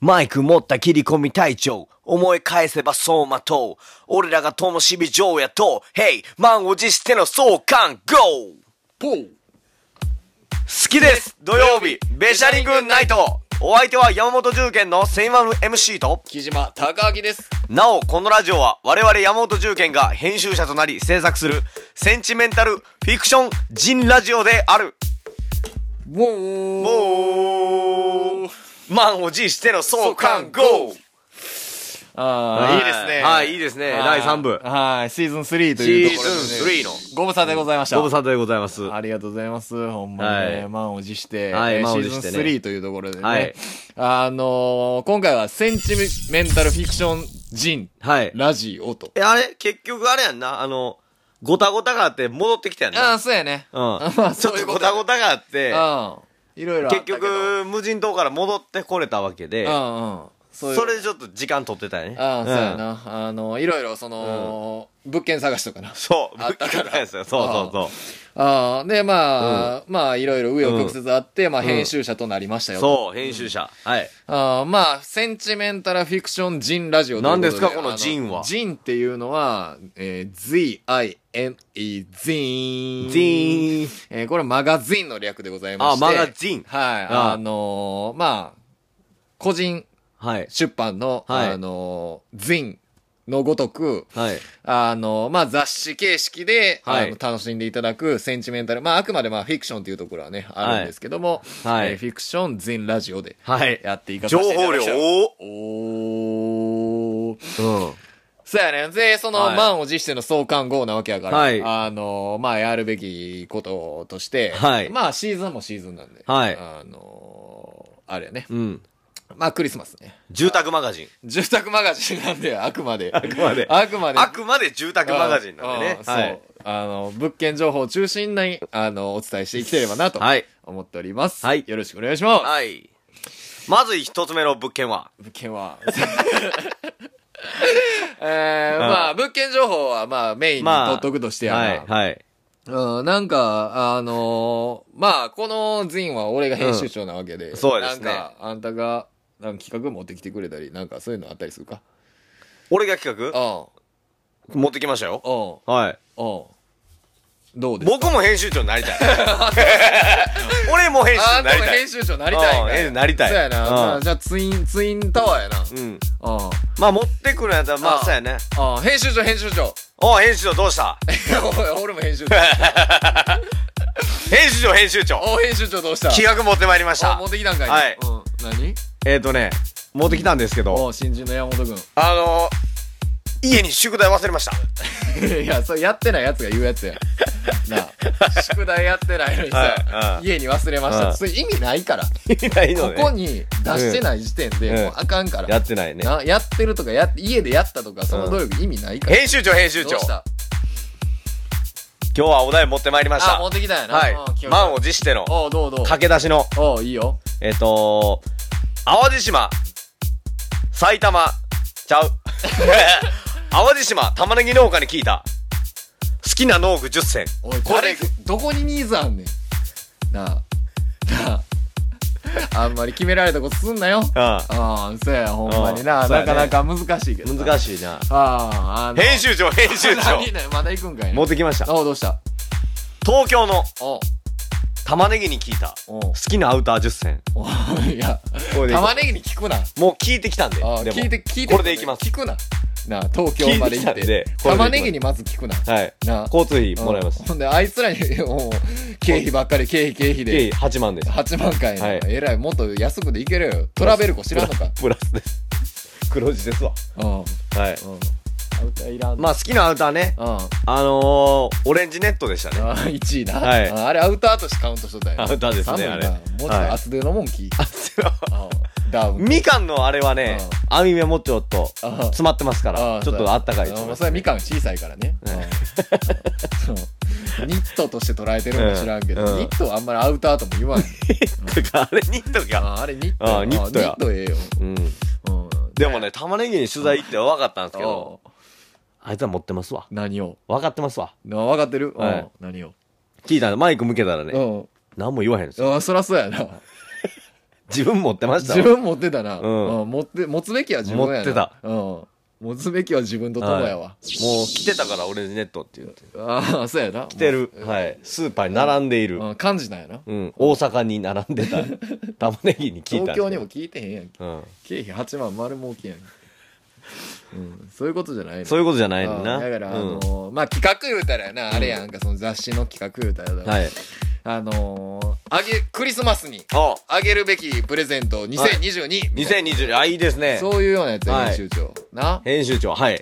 マイク持った切り込み隊長。思い返せばそうまとう。俺らが灯火城やと、ヘイ満を持しての相関 GO! ポー好きです土曜日、ベシャリングナイトお相手は山本重建のセイマル MC と、木島高明です。なお、このラジオは我々山本重建が編集者となり制作するセンチメンタルフィクション人ラジオである。ウォーおー満を持しての相関 GO! あー、いいですね。はい、いいですね。は第い3部。はい、シーズン3とシーいうズところでね。ン3のご無沙汰でございました。ご無沙汰でございます。ありがとうございます。ほんまにはね、い満を持して、はいえー満シをー持ズンしてね3というところでね、はいあのー、今回はセンチメンタルフィクション人、はい。ラジオと。え、あれ結局あれやんな。あの、ごたごたがあって戻ってきたやんな。ああ、そうやね。うん。ちょそっういとうこごとたごたがあって、うん。いろいろあった結けど、局、無人島から戻ってこれたわけでう、んうん。そういうそれでちょっと時間取ってたよね。ああ、そうやん。な。あの、いろいろ、その、物件探しとかな。そう、あったからぶっかけですよそうそうそう。ああ、で、まあ、まあ、いろいろ紆余曲折あって、まあ、ん編集者となりましたよ。そう、編集者。はい。ああまあ、センチメンタルフィクション人ラジオというと何ですかこの人はあ人っていうのは、えー、Z-I-N-E、人。ジーン。えー、これマガジンの略でございまして。あマガジンはい。ああのー、まあ、個人はい。出版の、はいあのー、ジンのごとく、はい。あの、まあ、雑誌形式で、はいあの楽しんでいただくセンチメンタル、まあ、あくまでまあ、フィクションというところはね、あるんですけども、はいえーフィクション全ラジオではい。やっていかさ情せていただ報き量ましょう。多うおー。ん。そうやね。で、その、はい満を持しての相関号なわけやから、はいあの、まあ、やるべきこととして、はいまあ、シーズンもシーズンなんで、はいあの、あれやね。うん。まあ、クリスマスね。住宅マガジン。住宅マガジンなんで、あくまで。あくまであくまで。あくまで住宅マガジンなんでねあ。あはそ。。いうあの、物件情報を中心に、あの、お伝えしていければなとはい。思っております。はいよろしくお願いします。はい。まず一つ目の物件は。物件は。 えー、まあ、物件情報は、まあ、メインに取っとくとしてやな、はい。はい。うん、なんか、あのーまあ、このズインは俺が編集長なわけで。んそうですねなんか、あんたが、なんか企画持ってきてくれたり、なんかそういうのあったりするか。俺が企う画ん、持ってきましたよ。うん、はい。うん。どうですか僕も編集長になりたい。 俺も編集長あにんなたりもたい編。集長なりたいんかいうんなりたいそうやな。うんまあじゃあ、ツイン、ツインタワーやな。うん。うん。まあ持ってくるやつは、まああそうやね。あ編集長、編集長。 おう編集長どうしたおい俺も編集 長。編集長編集長お編集長どうした企画持ってまいりましおた持ってきたんかいな。はいうん。何えっ、ー、とね持ってきたんですけどお新人の山本あのー、家に宿題忘れましたく ん。いや、それやってないやつが言うやつや。な あ宿題やってないのにはいさう、ん家に忘れましうたっんて。それ意味ないから。いないこねこに出してない時点うんで、もうあかんから。やってないねなやってるとかやっ家でやったとかその努力意味ないから、編集長編集ど長うした今日はお題持ってまいりましあた持ってきたんやな、はい満をを持してのおうどうどう駆け出しのおういいよえっ、と淡路島埼玉ち ゃう淡路島玉ねぎ農家に聞いた好きな農具10選おいここれれどこにニーズあんねんなあなああ んまり決められたことすんなよあああそうやほんまにうなんそうやなねかなか難しいけど難しいしいなあああの編集長編集長何々まだ行くんかいな 持ってきましたおうどうした東京のおう玉ねぎに聞いたおう好 きなアウター10選おういやこれでいこう玉ねぎに聞くなもう聞いてきたんでああでも聞いて聞いてこれでいきます聞くななあ東京ま聞いてで行ってきたんでこれでいきます玉ねぎにまず聞くなはいなあ交通費もらいますうんほんで、あいつらに、もう、経費ばっかり、経費経計費で、 8万です8万回の、はいえらい、もっと安くでいけるよ。トラベルコ知らんのか。プラスです黒字ですわうん。うん。はいアウターいらん。まあ好きなアウターねあ、あのー、オレンジネットでしたうん。ねあ1位な、はいああれアウターとしてカウントしとったよアウターですね寒いなあれもうちょっはいと厚手のもん着、あそううんダウンみかんのあれはね網目もちょっとあ詰まってますからあちょっとあったかいあと思いまそすれみかん小さいからね、うんそうニットとして捉えてるのか知らんけど、うんうんニットはあんまりアウターとも言わんあれニットがああれニット あニットやあニットええよ、うんうん、でもね玉ねぎに取材行って分かったんですけどうんあいつは持ってますわ何を分かってますわな分かってる、はういん何を聞いたらマイク向けたらうねん 何も言わへんですよあそらそうやな自分持ってました自分持ってたな、うん持って持つべきは自分やな持ってた、うん、持つべきは自分と友やわ、もう来てたからオレンジネットって言ってああそうやな来てる、もうはいスーパーに並んでいる、うん、感じなんやなうん、大阪に並んで た玉ねぎに聞いたんですけど東京にも聞いてへんやんうん、経費8万丸儲けやん、うん、そういうことじゃないのそういうことじゃないのにあなーだから、あうんのーまあ企画言うたらやな、あれやんかその雑誌の企画言うたらやだ、はいあのーあげクリスマスにああげるべきプレゼント2022、みたい2020あいいですなねそういうようなやつや、はい編集長な編集長はい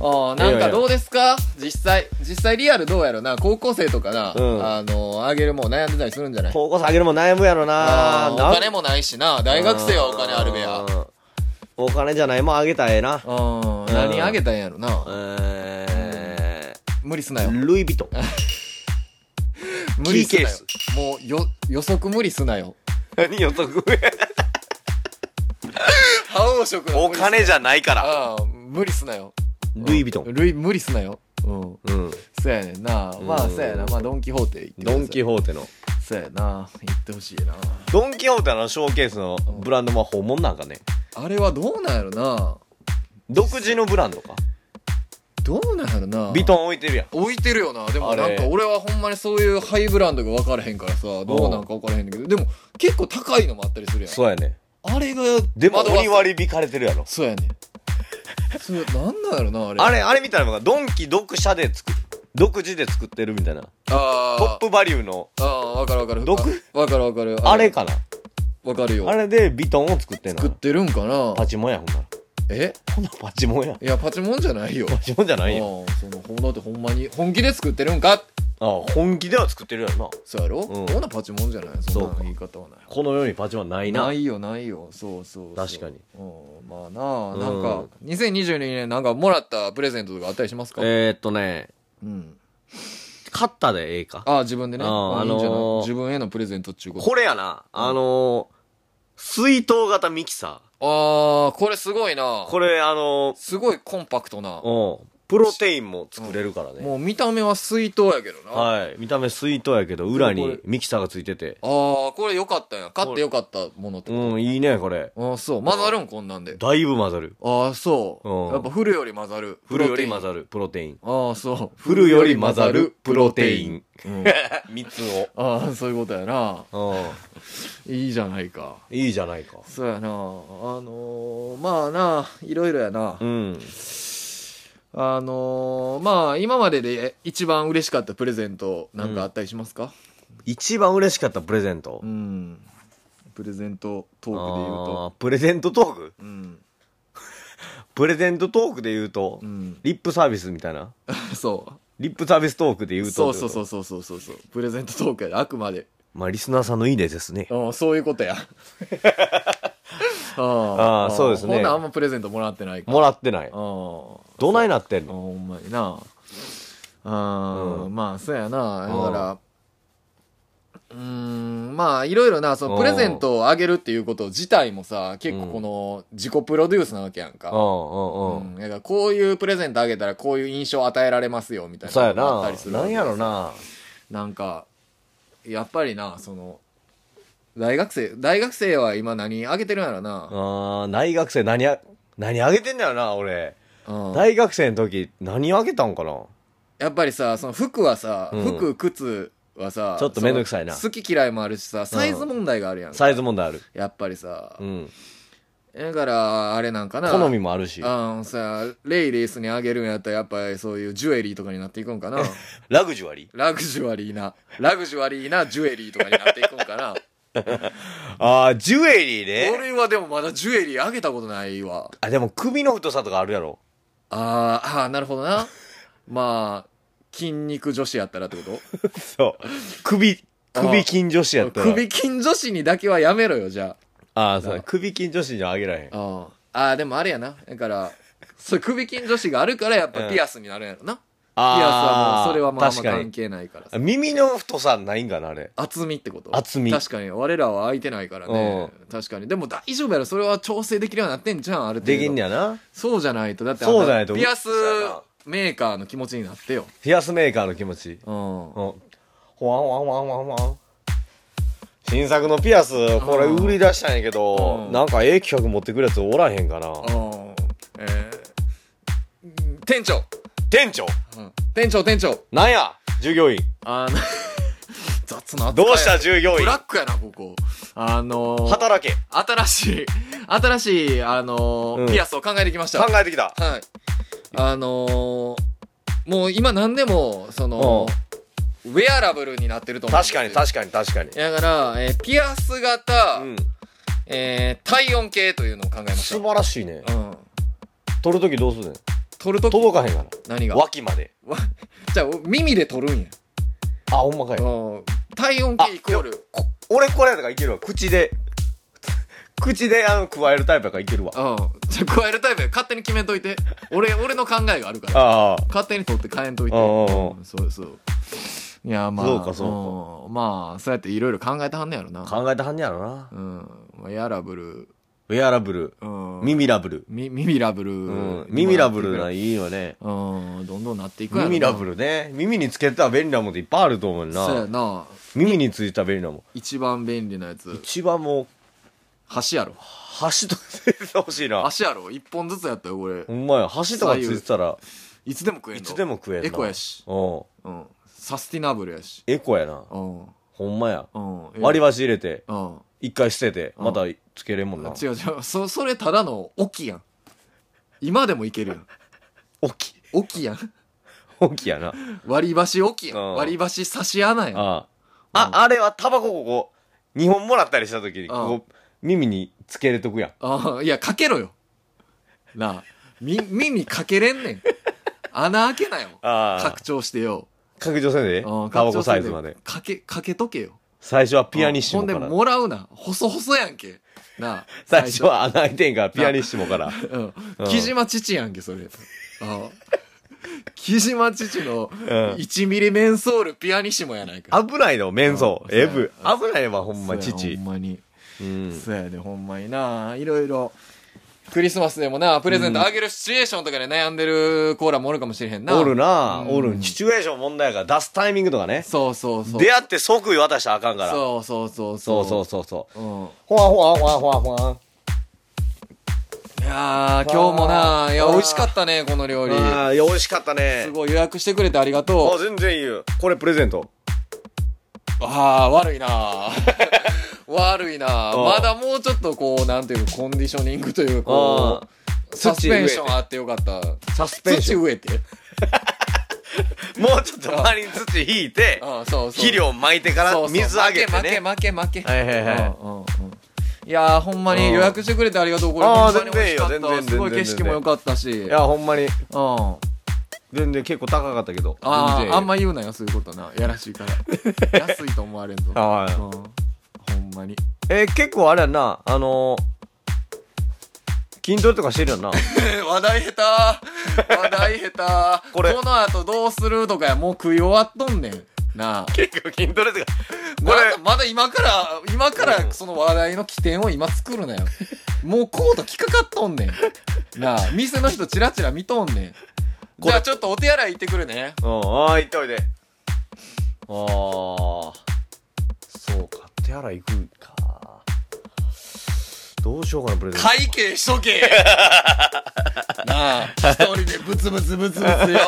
あーいやいなんやかどうですか実際実際リアルどうやろな高校生とかな、うんあのーあげるもう悩んでたりするんじゃない高校生あげるもん悩むやろなあーなお金もないしな大学生はお金あるべやうんお金じゃないもんあげたらええなうんん何あげたんやろなえ無理すなよールイ・ヴィト ン無理すなよキーもうよ予測無理すなよ何よ得覇王色の お無理すな金じゃないからああ無理すなよルイ・ヴィトンルイ無理すなようんうんそうやねんなまあうんそうやなまあドン・キホーテ行ってくだドさいン・キホーテのそうやな行ってほしいなドン・キホーテのショーケースのブランドは本物なんかねあれはどうなんやろな独自のブランドかどうなんやろなヴィトン置いてるやん置いてるよなでもあれなんか俺はほんまにそういうハイブランドが分からへんからさどうなんか分からへんねんけどでも結構高いのもあったりするやんそうやねあれがでも惑わす鬼割り引かれてるやろそうやねんそれなんなんやろなあれあれあれみたいなのがドンキ独社で作る独自で作ってるみたいなあトーップバリューのああ分かる分かる毒あ分かる分かるあれかな分かるよあれでヴィトンを作ってん食っのてるんかなパチモンやほんならえほんならパチモンやいやパチモンじゃないよパチモンじゃないようんそのほんだってほんまに本気で作ってるんかあ本気では作ってるやろなそうやうろ、うんん、そんなパチモンじゃないそそうんかな言い方はないこの世にパチモンはないなないよないよそうそうそう確かに、うん、まあなあうんなんか、2022年なんかもらったプレゼントとかあったりしますか、えーっとねうん勝ったでええかああ自分でねあああいいんじゃないあのー自分へのプレゼントっちゅうことこれやなあのー水筒型ミキサああこれすごいなーこれあのすごいコンパクトなーうんプロテインも作れるからねもう見た目は水筒やけどな、あはい見た目水筒やけど裏これにミキサーがついててあーこれよかったんや買ってよかったものってこうんいいねこれとああそう混ざるんこんなんでだいぶ混ざるああそう、うんやっぱフルより混ざるフルより混るざるプロテインああそうフルより混ざるプロテイン、うん3つをああそういうことやなういいじゃないかんいいじゃないかそうやなあのー、まあないろいろやな、うんあのー、まあ今までで一番嬉しかったプレゼントなんかあったりしますか一番嬉しかったプレゼントうん、プレゼントトークで言うあーとプレゼントトークうんプレゼントトークで言うとうんリップサービスみたいなそうリップサービストークで言うとそうそうそううそうそうそうそうプレゼントトークやであくまで、まあリスナーさんのいいねですねうん、そういうこ とやあああそうですねこんなんあんまプレゼントもらってないからもらってないああどないなってんあのほんまになあ、ううんまあそうやなうんだからうーんまあいろいろなそうんのプレゼントをあげるっていうこと自体もさ結構この自己プロデュースなわけやんか、うんうんうんうんだからこういうプレゼントあげたらこういう印象を与えられますよみたいなそうやのがあったなりするわなんけやろななんかやっぱりなその大学生大学生は今何あげてるんやろあな、ー大学生何あ何あげてんだよな俺うん大学生の時何あげたんかなやっぱりさその服はさ、うん服靴はさちょっとめんどくさいなその好き嫌いもあるしさサイズ問題があるやん、サイズ問題あるやっぱりさ、うんだからあれなんかな好みもあるしうんさレイリースにあげるんやったらやっぱりそういうジュエリーとかになっていくん かなラグジュアリーラグジュアリーなラグジュアリーなジュエリーとかになっていくん かなああ、ジュエリーね。俺はでもまだジュエリーあげたことないわあ、でも首の太さとかあるやろ。あーあーなるほどなまあ筋肉女子やったらってことそう。首、首筋女子やったら。首筋女子にだけはやめろよじゃあああ、そう。首筋女子にはあげられへん。ああーでもあれやなだからそう首筋女子があるからやっうんぱピアスになるんやろな、ピアスはあもうそれはまああんま確か関に。係ないからさ耳の太さないんかな、あれ。厚みってこと厚み確かに我らは空いてないからね確かにでも大丈夫やろそれは調整できるようになってんじゃんある程で度きんねやな。そうじゃないとだってあそのうじゃないとピアスそうやなメーカーの気持ちになってよピアスメーカーの気持ち。うんうん。ほわんほわんほわんほわんほわん。新作のピアスこれ売り出したんやけど、うんなんかええ企画持ってくるやつおらへんかな、うんえーうん店長、店長うん店長店長なんや従業員あの 雑な扱どいうした従業ブ員ラックやなここあのー働け新しい新しいあのーうんピアスを考えてきました考はいえてきたあのーもう今何でもそのウェアラブルになってると思うんで確すかにに確かに確かにだから、えーピアス型、うんえー体温計というのを考えまし素た晴らしいねうん取るときどうするねん取るとき届かへんか何らが脇までわじゃあ耳で取るんや、あほんまかいうん体温計イコールこ俺これやったからいけるわ口で口であの加えるタイプやからいけるわうんじゃあ加えるタイプや勝手に決めといて俺俺の考えがあるからああ勝手に取って変えんといてうんうんうんうんそうそういやまあそうかそうかうんまあそうやっていろいろ考えてはんねやろな考えてはんねやろなうんまあやラブルウェアラブルうん耳ラブルみ耳ラブル、うん耳ラブルないいよねうんどんどんなっていくやろな耳ラブルね耳につけてた便利なもんっていっぱいあると思うねんそうやなな耳についてた便利なもん一番便利なやつ一番もう橋やろ橋とかついててほしい な足やろ一本ずつやったよこれほんまや橋とかついてたらいつでも食えいんのつでも食えんなエコやしうんうんサスティナブルやしエコやなうんうんほんまやえ割り箸入れてうん一回捨ててまたつけれんもんな違う違うそそれただのオキやん今でもいけるやん大きいオキやん大きいやな割り箸オキやうんん割り箸差し穴やんああああれはタバコここ2本もらったりした時にああここ耳につけれとくやんあいやかけろよなあみ耳かけれんねん穴開けなよああ拡張してよ拡張せんでうんタバ拡コ張サせイんズまでかけかけとけよ最初はピアニッシモうんかほんらでもらうな細細やんけなあ最初は穴開いてんからピアニッシモからうんうん木島父やんけそれあ木島父のん1ミリメンソールピアニッシモやないか危ないのメンソうんエブ危ないわほんまそうや父ほんまにうんそうやでほんまにないろいろクリスマスでもなプレゼントあげるシチュエーションとかで悩んでるコーラもおるかもしれへんなおるなうんおるシチュエーション問題やから出すタイミングとかねそうそうそう出会って即位渡したらあかんからそそうそうそううそうそうそうう、うん、ほわほわほわほわほわいやー今日もないやわー美味しかったねこの料理ああいや美味しかったねすごい予約してくれてありがとうあ全然いいよこれプレゼントああ、悪いな 悪いなうんまだもうちょっとこう、なんていうか、コンディショニングというかあこあう、サスペンションあってよかった。サスペンシ土ョン植えて。もうちょっと周りに土引いてああ、そうそう。肥料巻いてからそうそう水あげて負けね負け負け負け。はいはいはいうんうんうんいやー、ほんまうにん予約してくれてありがとう。これ、ああほんまに美味しかった全然いいよ全然全然すごい景色も良かったし。いうん。やほんまにあ全然結構高かったけどあ全然いい、よあんま言うなよ、そういうことな。やらしいから。 安いと思われんぞ。うんああほんまに。 えー結構あれやんなあのー筋トレとかしてるやん な話題下手話題下手これこの後どうするとかやもう食い終わっとんねんなあ結構筋トレとかまだまだ今から今からその話題の起点を今作るなよ もうコート着かかっとんねんなあ店の人チラチラ見とんねんこれじゃあちょっとお手洗い行ってくるねうんああ行っておいでああそうか手洗い行くんかどうしようかなプレゼント会計し とけなあ一人でブツブツブツブツよ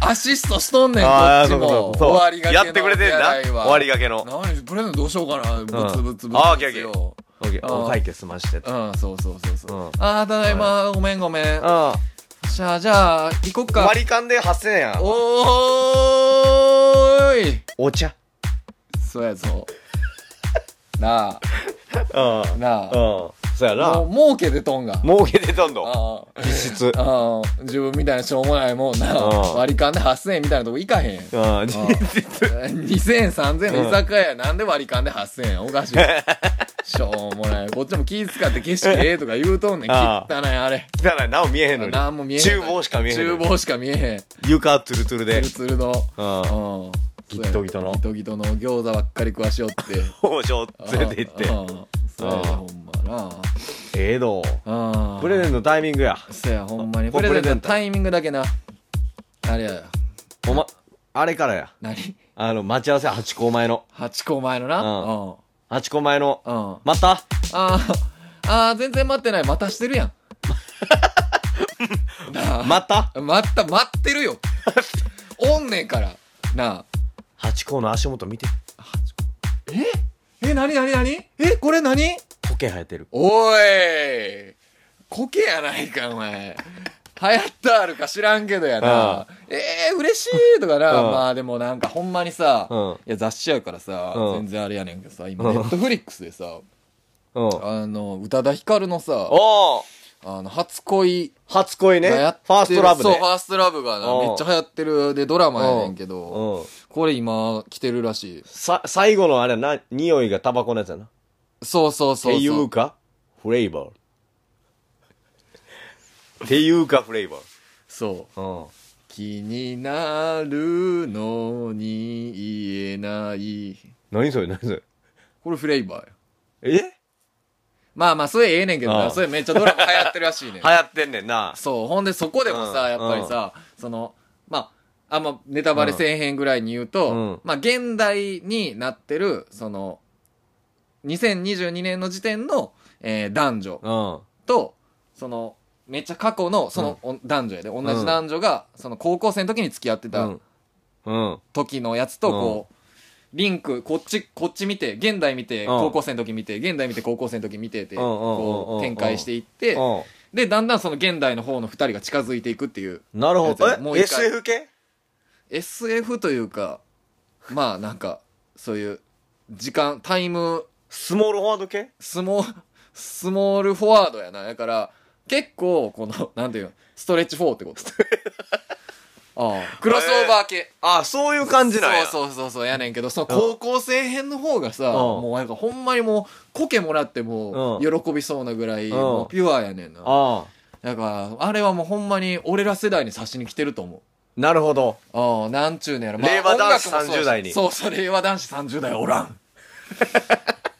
アシストしとんねんこあっあちそうかそうもか終そうわりがけのやってくれてんお手な洗い終はわりがけの何プレゼントどうしようかなブツブツブツブツあーオッケーオッケーよオッケーうんお会計済ましてうんそうそうそうそう、うんああただいま、ごめんごめんあじゃあじゃあ行こっあか割り勘で8000円やんおーいお茶そうやぞなうんあなうんあそうやなもう儲けてとんが儲けてどんどんああ実質ああ自分みたいなしょうもないもんなうん割り勘で8000円みたいなとこ行か へんうん実質2000円3000円の居酒屋、なんで割り勘で8000円おかし いしょうもないこっちも気使って景色ええとか言うとんねんあ汚あいあれ汚いなお見えへんのに何も見えへん厨房しか見えへんの厨に房しか見えへん床ツルツルツでルツルのうんうんギットギトのギトギトの餃子ばっかり食わしよって工場連れて行ってうんうんそうやうんほんまええのなうんプレゼントのタイミングやそうやほんまにこプれレゼプレゼントンのトタイミングだけなあれやおまあれからや何あの、待ち合わせ8個前の。八個前のな。うんうん。 8個前の。うん。またあーあー、全然待ってない。待たしてる やん。なあ、また待った、待っ てるよ。おんねんから。な ?8 個の足元見て。あ。ええ、なになになにえ、これ何苔生えてる。おい苔やないか、お前。流行ったあるか知らんけどやな。ええー、嬉しいとかな。うんまあでもなんかほんまにさ、うんいや雑誌やからさ、うん全然あれやねんけどさ、今うんネットフリックスでさ、うん。あの、宇多田ヒカルのさ、おーあの、初恋初恋ね。がフやァってースる、トラブそう、ねフ。ァーストラブがな、うんめっちゃ流行ってる、で、ドラマやねんけど、うん。これ今、来てるらしい。さ、最後のあれな、匂いがタバコのやつやな。そうそうそうそう。っていうか、フレーバー。っていうか、フレーバそう。ー。うん。気になるのに言えない。何それ何それこれフレイバーや。え流まあまあ、それええねんけどあな。あそれめっちゃドラマ流行ってるら しいねん。行ってんねんな。そう。ほんで、そこでもうさ、んやっぱりさ、その、まあ、あんまネタバレせえへんぐらいに言うと、うんまあ、現代になってる、その、2022年の時点の、えー男女うん。と、その、めっちゃ過去の、その、お男女やで、同じ男女が、その、高校生の時に付き合ってうたん。うん。時のやつとこう、リンクこっちこっち見て現代見てん高校生の時見て現代見て高校生の時見てってうんうんうんうんこう展開していってうん。でだんだんその現代の方の2人が近づいていくっていうなるほど。えもう一回 ?SF 系 SF というかまあなんかそういう時間タイムスモールフォワード系スモスモールフォワードやなだから結構このなんていうのストレッチ4ってこと ああクロスオーバー系、あ、そういう感じなんや。そうそうそうそうやねんけどその高校生編の方がさ、うんもうなんかほんまにもうコケもらってもう喜びそうなぐらい、うんもうピュアやねんなあだからあれはもうほんまに俺ら世代に差しに来てると思うあ。なるほど。ああなんちゅうねやろ、令和男子音楽もそう30やし代にそうそう令和男子30代おら ん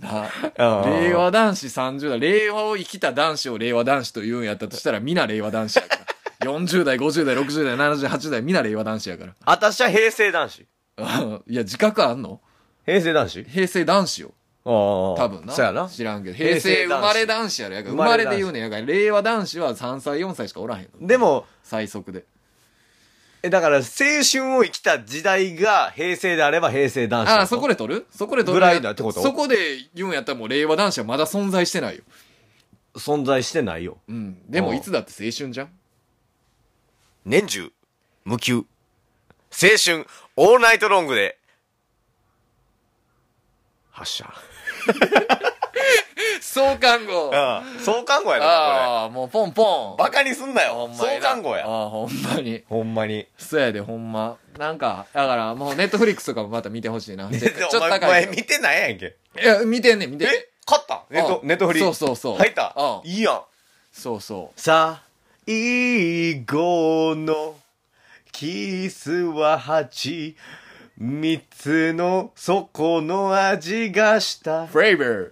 なあー令和男子30代令和を生きた男子を令和男子と言うんやったとしたら皆令和男子や から40代50代60代70代80代皆令和男子やから 私は平成男子。あーいや自覚あんの平成男子平成男子よああ。多分なそうやな。知らんけど平平成成生まれ男子やろやから生生ままれれ男子で言うねんやから令和男子は3歳4歳しかおらへんのでも、最速でえ、だから、青春を生きた時代が平成であれば平成男子。ああそこで取るそこで取ぐるらいだってことそこで言うんやったらもう令和男子はまだ存在してないよ存在してないよ。うんでうもんいつだって青春じゃん年中、無休。青春、オールナイトロングで。発射。創刊号うん。相関号やな、こああもうポンポンれ。バカにすんなほよ。んま相にな関号や。ああほんまにほんまに。そやでほんまなんかだからもうネットフリックスとかもまた見てほしいなちょっとお前、お高前いけど見てないやんけ。いや見てんねん見てんねんえ勝ったネット、うんネットフリそうそうそう入ったうんいいやん。そうそう最後のキスは蜂蜜の底の味がしたフレーバー